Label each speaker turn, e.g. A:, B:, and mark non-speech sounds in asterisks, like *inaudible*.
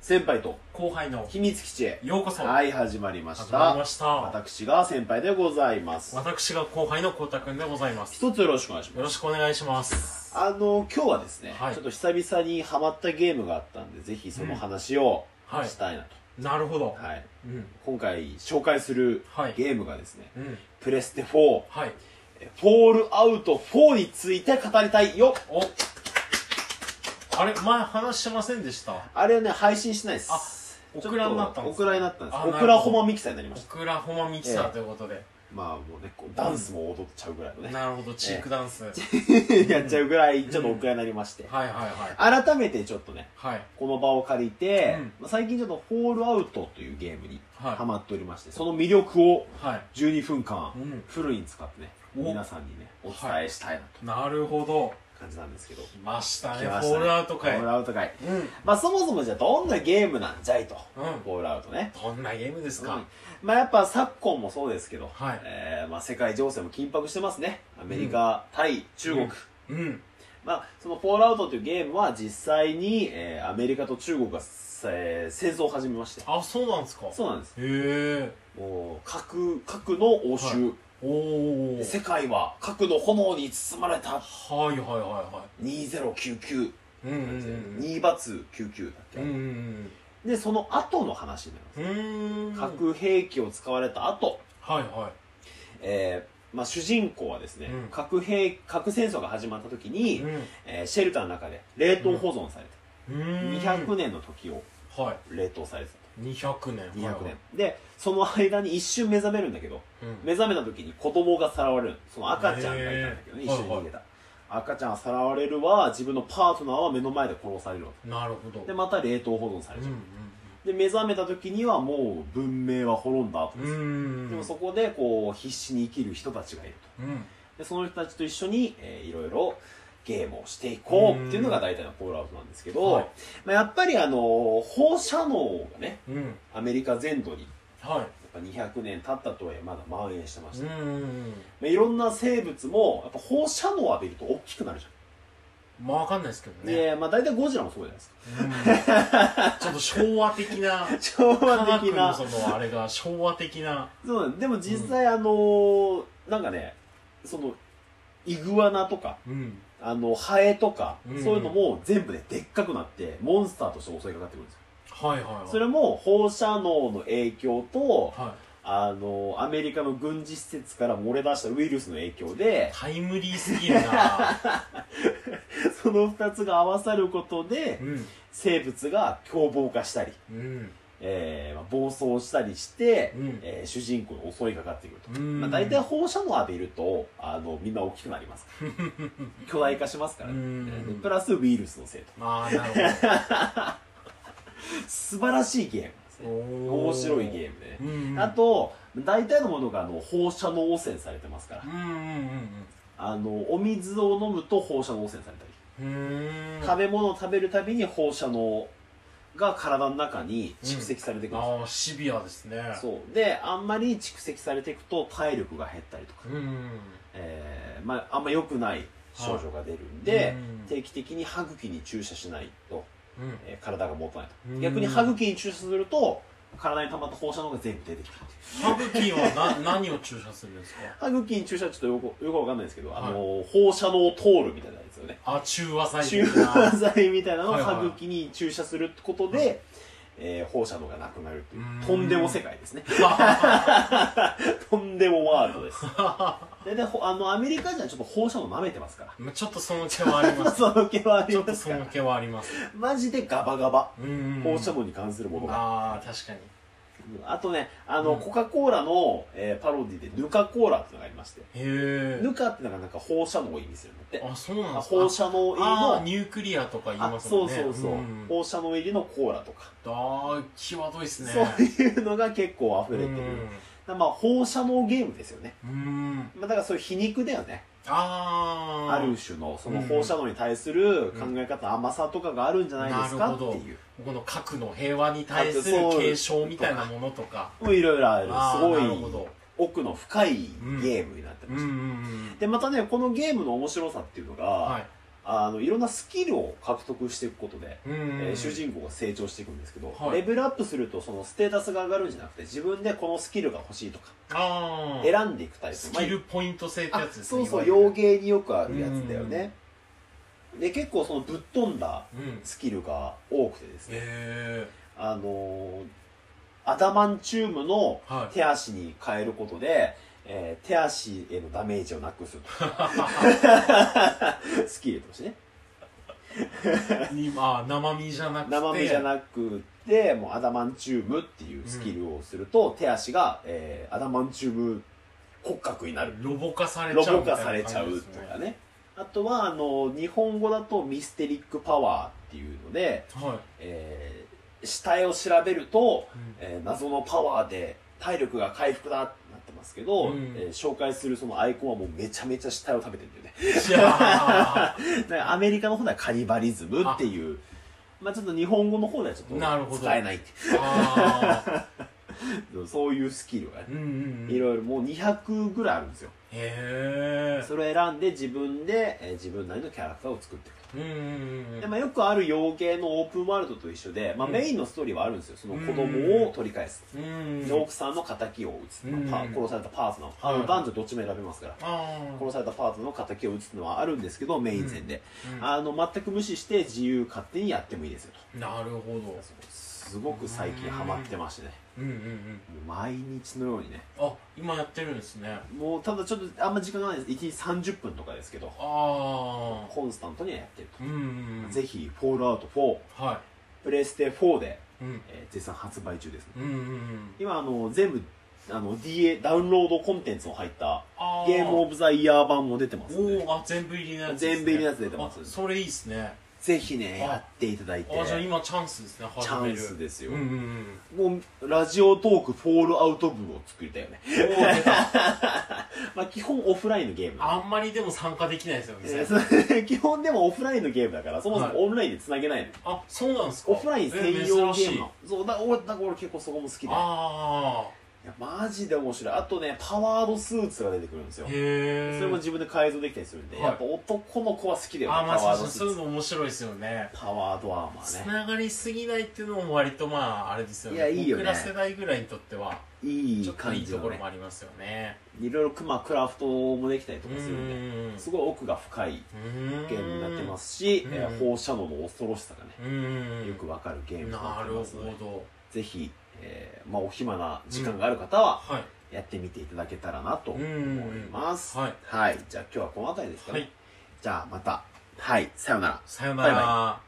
A: 先輩と
B: 後輩の
A: 秘密基地へ
B: ようこそ
A: はい始まりまし
B: 始ま
A: た
B: りました
A: 私が先輩でございます
B: 私が後輩のこうたくんでございます
A: 一つよろしくお願いし
B: よ
A: ま
B: ろ
A: す
B: しくお願いします
A: あの今日はですね、
B: はい
A: ちょっと久々にハマったゲームがあったんでぜひその話を
B: はい
A: したいなと、
B: なるほど
A: はい
B: うん
A: 今回紹介する
B: はい
A: ゲームがですね、
B: うん
A: プレステ4
B: はい
A: えフォールアウト4について語りたいよ
B: おあれ前話してませんでした
A: あれはね配信しないです
B: あオクラになったんです
A: オクラになったんです
B: あ
A: オ
B: なるほど
A: クラホマミキサーになりま
B: オ
A: した
B: クラホマミキサーということで、
A: まあもうねこうダンスも踊っちゃうぐらいのね
B: なるほどチークダンス、
A: *laughs* やっちゃうぐらいちょっと遅れになりまして、
B: はいはいはい
A: 改めてちょっとね
B: はい
A: この場を借りて
B: うん、
A: まあ最近ちょっと「フォールアウト」というゲームに
B: はい
A: ハマっておりまして、その魅力を
B: はい
A: 12分間
B: うん
A: フルに使ってね、
B: お
A: 皆さんにねお伝えしたいなと
B: なるほ
A: い
B: ど
A: う感じなんですけど、
B: 来ましたね
A: 来ましたね
B: フォールアウト会
A: フォ
B: う
A: ー
B: ん
A: ルアウト会まあそもそもじゃあどんなゲームなんじゃいと、
B: うん
A: フォールアウトね、
B: どんなゲームですか、
A: うんまあやっぱ昨今もそうですけど、
B: はい
A: えーまあ、世界情勢も緊迫してますねアメリカ、タイ中国、
B: うん
A: まあ、その「フォールアウト」というゲームは実際に、えーアメリカと中国が、えー戦争を始めまして
B: あそうなんですか
A: そうなんです
B: へえ
A: もう核核の応酬、
B: おお
A: で世界は核の炎に包まれた
B: はいはいは
A: 2099、
B: いはいうんうん
A: 2罰99だっけ、
B: うんうん
A: でその後の話になり
B: うんうんうーん
A: ます、核兵器を使われた後、
B: はいは
A: えーまあ、主人公はですね、
B: うん
A: 核兵核戦争が始まった時
B: い
A: に、
B: うん
A: えーシェルターの中で冷凍保存されて、
B: うーん
A: 200年の時を
B: は
A: 冷凍されてた
B: い200年
A: 200年でその間に一瞬目覚めるんだけど
B: うん
A: 目覚めた時に子供がさらわれるその赤ちゃんがいたんだけどね
B: へ
A: 一
B: ー
A: 緒に逃げた赤ちゃんはさらわれるは自分のパートナーは目の前で殺されるわ
B: なるほど
A: けでまた冷凍保存され
B: う
A: ち
B: ん
A: ゃう、で目覚めた時にはもう文明は滅んだ後
B: う
A: で
B: ん
A: す、
B: うん
A: でもそこでこう必死に生きる人たちがいると
B: うん
A: でその人たちと一緒に、えーいろいろゲームをしていこうっていうのが大体のフォールアウトなんですけど、
B: はい
A: まあ、やっぱりあのー放射能がね
B: うん
A: アメリカ全土に
B: は
A: やっぱ200年経ったとはいえまだ蔓延してま
B: い
A: し
B: う
A: た、
B: んうん
A: まあいろんな生物もやっぱ放射能を浴びると大きくなるじ
B: うんまあわかんないですけ
A: ゃん、
B: ど
A: ね、
B: ね
A: でまあ大体ゴジラもそうじゃないですか *laughs*
B: うんちょっと昭和的な
A: 昭
B: 科
A: 和
B: 学
A: 的
B: の
A: な
B: そのあれが昭和的な
A: そうなんでも実際あのーなんかねそのイグアナとか
B: うん
A: あのハエとか、
B: うん
A: そういうのも全部ででっかくなってモンスターとして襲いかかってくるんですよ
B: はいはいはい
A: それも放射能の影響と
B: は
A: あのーアメリカの軍事施設から漏れ出したウイルスの影響
B: い
A: で *laughs*
B: タイムリーすぎるな
A: その2つが合わさることで
B: うん
A: 生物が凶暴化したり、
B: うん
A: えーまあ暴走したりして、
B: うん
A: えー主人公に襲いかかってくると、
B: うん
A: まあ、大体放射能を浴びるとあのみんな大きくなり
B: *laughs*
A: ますから巨大化しますから、ね
B: うん
A: でプラスウイルスのせいと
B: まあなるほど
A: 素晴らしいゲームなんです *laughs* ね面
B: 面
A: 白いゲームでね、
B: ム
A: あと大体のものがあの放射能汚染されてますから、
B: うんうん
A: あのお水を飲むと放射能汚染されたり、
B: うんうんうーん
A: 食べ物を食べるたびに放射能が体の中に蓄積されてくるんですよ、
B: ああシビアですね
A: そうであんまり蓄積されていくと体力が減ったりとか、
B: うん
A: えーまあ、あんま良くない症状が出るんで、
B: うん
A: 定期的に歯茎に注射しないと、
B: うん
A: えー体が持たないと、
B: うん
A: 逆に歯茎に注射すると体に溜まった放射能が全部出てきて
B: 歯茎はな *laughs* 何を注射するんですか
A: 歯茎に注射はちょっとよくよくわかんないですけど、
B: はい
A: あの放射能を通るみたいなやつよね
B: あ中和剤
A: 中
B: 的
A: 和
B: な
A: 剤みたいなのを
B: はいはい
A: 歯茎に注射することで、えー放射能がなくなるっていう
B: うん
A: とんでも世界ですねとんでもワールドです *laughs* ででほあのアメリカ人はちょっと放射能舐めてますから *laughs*
B: まあ *laughs* ちょっとその気はあり
A: ま
B: ま
A: *laughs* あ
B: す
A: その気はあ
B: ち
A: り
B: ょっと
A: ます
B: そ
A: か
B: の
A: ら
B: 気はあります
A: マジでガバガバ
B: うん
A: 放射能に関するものが、
B: ああ確かに
A: あとねあの、
B: うん
A: コカ・コーラの、えーパロディでヌカ・コーラってのがありまして
B: へ
A: ヌカってのがなんか放射能を意味するんだって
B: えあそうな
A: あ
B: んですか
A: 放射能入り
B: あー
A: の
B: ニュークリアとか言い
A: あ
B: ます
A: そ
B: もん
A: う
B: ね
A: そうそう、
B: ん
A: 放射能入りのコーラとか、
B: ああ際どいですね
A: そういうのが結構溢れてる、まあ放射能ゲームですよね、
B: うんうん
A: まあ、だからそういう皮肉だよね、
B: ああ
A: ある種のその放射能に対する考え方、甘さとかがあるんじゃないですか
B: なる
A: っ
B: ほど
A: ていう
B: この核の平和に対する継承みたいなものとか
A: もういろいろある
B: あーなる
A: す
B: ほ
A: ごい
B: ど
A: 奥の深いゲームになって
B: う
A: ま
B: んう
A: した、
B: んうん
A: でまたねこのゲームの面白さっていうのが、
B: はい
A: あのいろんなスキルを獲得していくことで、
B: うんうん
A: えー主人公が成長していくんですけど、
B: はい
A: レベルアップするとそのステータスが上がるんじゃなくて自分でこのスキルが欲しいとか
B: あー
A: 選んでいくタイプ
B: スキルポイント制って
A: あ
B: やつです
A: そ
B: ね
A: うそう
B: いわゆ
A: 洋
B: る
A: 芸によくあるやつだよねで結構そのぶっ飛んだ
B: うん
A: スキルが多くてですね
B: え
A: あのーアダマンチウムの
B: ー、
A: *laughs*
B: はい
A: 手足に変えることで、えー手足へのダメージをなくす *laughs* スキルとしてね
B: にあー生身じゃなくて
A: 生身じゃなくてもうアダマンチウムっていうスキルをすると、手足が、えーアダマンチウム骨格になる
B: ロボ化され
A: ロ
B: ちゃう
A: ボ
B: みた
A: 化
B: いな
A: されちゃ
B: 感
A: う
B: じ
A: と
B: ですね
A: かねあとはあの日本語だとミステリックパワーっていうので、
B: は
A: えー死体を調べると、
B: い、うん
A: えー謎のパワーで体力が回復だってなってますけど、
B: うん
A: えー紹介するそのアイコンはもうめちゃめちゃ死体を食べてるんだよね
B: いや
A: だからアメリカの方ではカニバリズムっていうまあちょっと日本語の方ではちょっ
B: なるほ
A: と
B: ど
A: 使えないって
B: ーあー
A: いう *laughs* そういうスキルがね
B: うんうんうん
A: い
B: へ
A: ろいろもう200ぐらいあるんですよ
B: え
A: それを選んで自分で、えー自分なりのキャラクターを作っていくと
B: うんうんうん
A: で、まあ、よくある洋芸のオープンワールドと一緒で、まあ、
B: うん
A: メインのストーリーはあるんですよその子供を取り返す、
B: うん
A: で奥さんの敵を討つ、まあパ
B: うん
A: 殺されたパートナーあ
B: は
A: の
B: い
A: 男女どっちも選べますから
B: あ
A: 殺されたパートナーの敵を討つのはあるんですけどメイン戦で、
B: あ、
A: あの全く無視して自由勝手にやってもいいですよ
B: うん、なるほど
A: とすごく最近ハマってましてね
B: うんうんうん
A: もう毎日のようにね
B: あ今やってるんですね
A: もうただちょっとあんま時間がないです1日30分とかですけど
B: ああ
A: コンスタントにはやってる
B: うんうんう
A: と、
B: ん
A: ぜひ「フォールアウト4」
B: は
A: プレステ4で、
B: いうん
A: えー絶賛発売中です、ね、
B: うんうんうん
A: 今あの全部あの DA ダウンロードコンテンツの入った
B: あー
A: ゲームオブザイヤー版も出てますので
B: おおあ全部入りのやつ
A: 全部入りのやつ出てます
B: あそれいいですね
A: ぜひね
B: あ
A: やっていただいて
B: あじゃあ今チャンスですね
A: チ
B: 始め
A: ャ
B: る
A: ンスですよ、
B: うんうんうん
A: もうラジオトークフォールアウト部を作りたいよね、
B: おー
A: *laughs*
B: 出た *laughs*
A: まあ、基本オフラインのゲーム
B: あんまりでも参加できないですよね、
A: えーそう基本でもオフラインのゲームだからそもそもオンラインでつなげないの、
B: あそうなんですか
A: オフライン専用
B: え
A: ゲ
B: 珍し
A: ーム
B: い
A: のそうだ俺だから俺結構そこも好きでいや
B: あ
A: マジで面白いあとねパワードスーツが出てくるんですよ
B: あへえ
A: それも自分で改造できたりするんで、
B: はい
A: やっぱ男の子は好きだよね
B: あーまあ
A: パワー
B: そ
A: ド
B: う
A: ス
B: そう
A: ー
B: そういう
A: ツ
B: の面白いですよね
A: パワードアーマ
B: つ
A: ーね
B: ながりすぎないっていうのも割とまああれですよね
A: いやいいよね
B: 僕ら世代ぐらいにとってはいち
A: い
B: ょっとい
A: 感
B: い
A: じ
B: と
A: の
B: ころ
A: ね
B: もありますよね
A: いろいろまあクラフトもできたりと
B: う
A: か
B: ん
A: するんです
B: う
A: ごい奥が深い
B: ん
A: ゲームになってますし、
B: うん
A: えー放射能の恐ろしさがね、
B: うん
A: よくわかるゲームにな
B: な
A: って
B: る
A: ま
B: ほ
A: すので
B: ど
A: ぜひ、えーまあ、お暇な時間がある方は
B: はい
A: やってみていただけたらなと
B: う
A: 思い
B: ん
A: ます、
B: はい
A: はい、じゃあ今日はこの辺りですか
B: は
A: ね、
B: い
A: じゃあまたはいさようなら
B: さよな
A: バイ
B: ら